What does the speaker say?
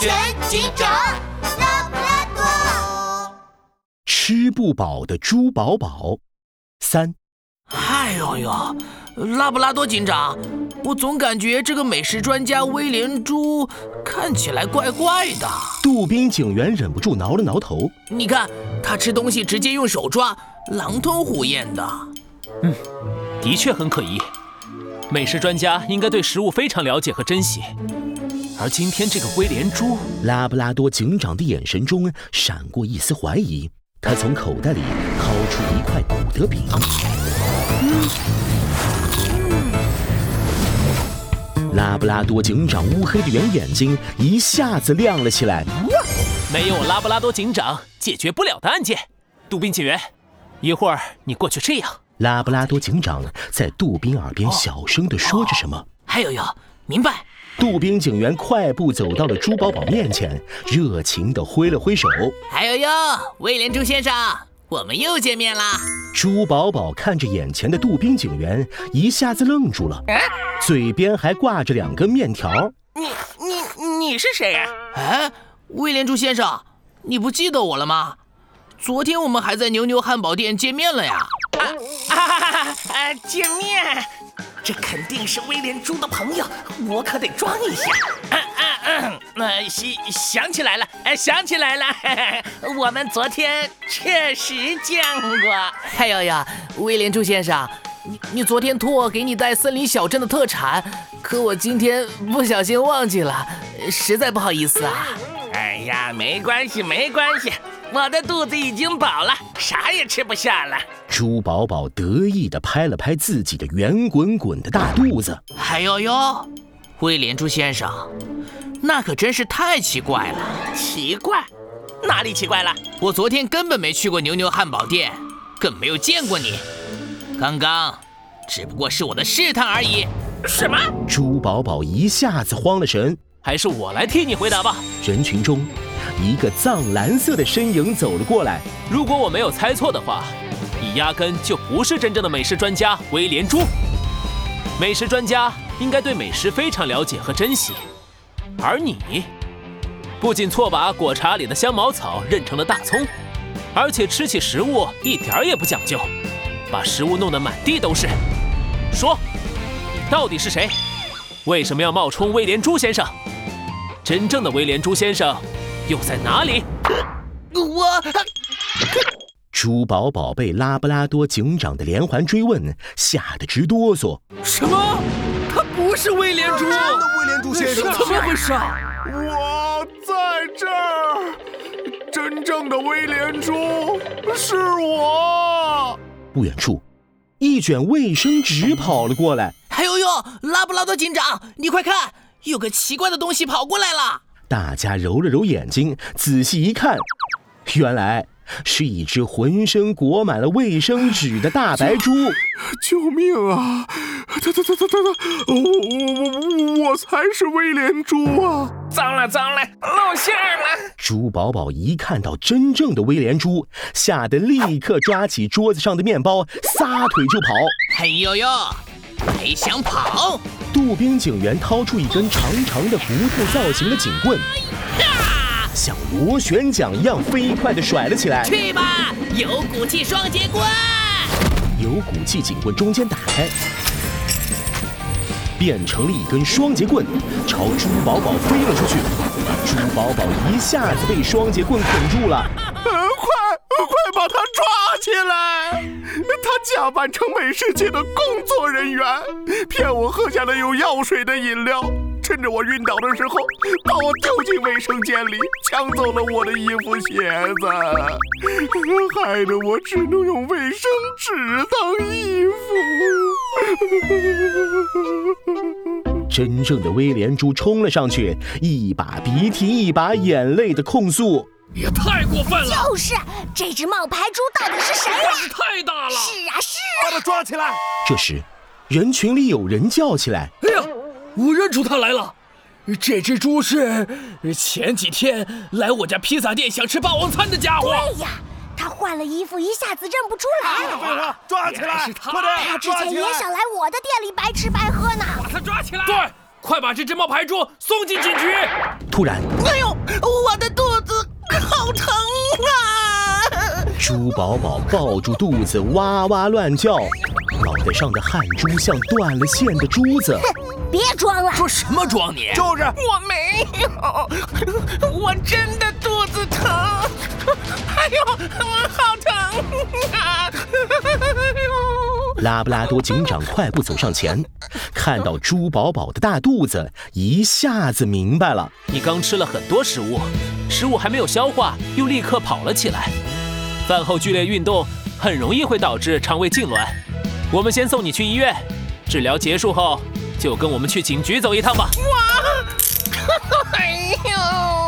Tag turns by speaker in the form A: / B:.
A: 全警长拉布拉多。
B: 吃不饱的猪宝宝。三，
C: 哎呦呦，拉布拉多警长，我总感觉这个美食专家威廉猪看起来怪怪的。
B: 杜宾警员忍不住挠了挠头。
C: 你看他吃东西直接用手抓，狼吞虎咽的。
D: 的确很可疑。美食专家应该对食物非常了解和珍惜，而今天这个威廉猪，
B: 拉布拉多警长的眼神中闪过一丝怀疑，他从口袋里掏出一块古德饼，拉布拉多警长乌黑的圆眼睛一下子亮了起来。
D: 没有拉布拉多警长解决不了的案件。杜宾警员，一会儿你过去这样。
B: 拉布拉多警长在杜宾耳边小声地说着什么。
C: 哎呦呦，明白。
B: 杜宾警员快步走到了猪宝宝面前，热情地挥了挥手。
C: 哎呦呦，威廉猪先生，我们又见面啦。
B: 猪宝宝看着眼前的杜宾警员，一下子愣住了，嘴边还挂着两根面条。
E: 你你是谁呀、
C: 哎，威廉猪先生，你不记得我了吗？昨天我们还在牛牛汉堡店见面了呀。
E: 啊？啊啊！见面，这肯定是威廉猪的朋友，我可得装一下。啊啊啊！ 呃，想想起来了，哎，想起来了， 嘿嘿我们昨天确实见过。
C: 哎呀呀，威廉猪先生，你你昨天托我给你带森林小镇的特产，可我今天不小心忘记了，实在不好意思啊。
E: 哎呀，没关系，没关系，我的肚子已经饱了，啥也吃不下了。
B: 猪宝宝得意地拍了拍自己的圆滚滚的大肚子。
C: 哎呦呦，威廉猪先生，那可真是太奇怪了。
E: 奇怪，哪里奇怪了？
C: 我昨天根本没去过牛牛汉堡店，更没有见过你。刚刚只不过是我的试探而已。
E: 什么？
B: 猪宝宝一下子慌了神。
D: 还是我来替你回答吧。
B: 人群中，一个藏蓝色的身影走了过来。
D: 如果我没有猜错的话，你压根就不是真正的美食专家威廉猪。美食专家应该对美食非常了解和珍惜，而你不仅错把果茶里的香茅草认成了大葱，而且吃起食物一点儿也不讲究，把食物弄得满地都是。说，你到底是谁？为什么要冒充威廉猪先生？真正的威廉猪先生又在哪里？
E: 我
B: 猪宝宝被拉布拉多警长的连环追问吓得直哆嗦。
C: 什么？他不是威廉猪？
F: 威廉猪先生，
D: 啊
C: 怎么回事？
F: 我在这儿，真正的威廉猪是我。
B: 不远处，一卷卫生纸跑了过来。
C: 哎呦呦，拉布拉多警长，你快看，有个奇怪的东西跑过来了！
B: 大家揉了揉眼睛，仔细一看，原来是一只浑身裹满了卫生纸的大白猪。
C: 哎
F: 救命啊！他他他他他他，我我我我才是威廉猪啊！
E: 糟了糟了，露馅儿了！
B: 猪宝宝一看到真正的威廉猪，吓得立刻抓起桌子上的面包，撒腿就跑。
C: 哎呦呦，还想跑？
B: 杜宾警员掏出一根长长的骨头造型的警棍，像螺旋桨一样飞快地甩了起来。
C: 去吧，有骨气双节棍！
B: 由骨气警棍中间打开，变成了一根双节棍，朝猪宝宝飞了出去。猪宝宝一下子被双节棍捆住了。
F: 呃快快把他抓起来！他假扮成美食界的工作人员，骗我喝下了有药水的饮料，趁着我晕倒的时候，把我丢进卫生间里，抢走了我的衣服鞋子， 害得我只能用卫生纸当衣服。
B: 真正的威廉猪冲了上去，一把鼻涕一把眼泪的控诉。
D: 也太过分了，
A: 哦就是这只冒牌猪到底是谁呀、
D: 太大了！
A: 是啊，是啊，
F: 把他抓起来！
B: 这时，人群里有人叫起来
D: 哎呀，我认出他来了。这只猪是前几天来我家披萨店想吃霸王餐的家伙。
A: 哎呀，他换了衣服一下子认不出来。
F: 哎抓起来！快点
A: 他之前也想来我的店里白吃白喝呢。
D: 对，快把这只冒牌猪送进警局！
B: 突然，
E: 哎呦，我的肚子好疼啊！
B: 猪宝宝抱住肚子哇哇乱叫，脑袋上的汗珠像断了线的珠子。
A: 别装了，
D: 说什么装你？
F: 就是
E: 我没有，我真的肚子疼，哎呦，好疼啊！哎呦，
B: 拉布拉多警长快步走上前，看到猪宝宝的大肚子，一下子明白了。
D: 你刚吃了很多食物，食物还没有消化，又立刻跑了起来。饭后剧烈运动很容易会导致肠胃痉挛。我们先送你去医院，治疗结束后就跟我们去警局走一趟吧。
E: 哎呦！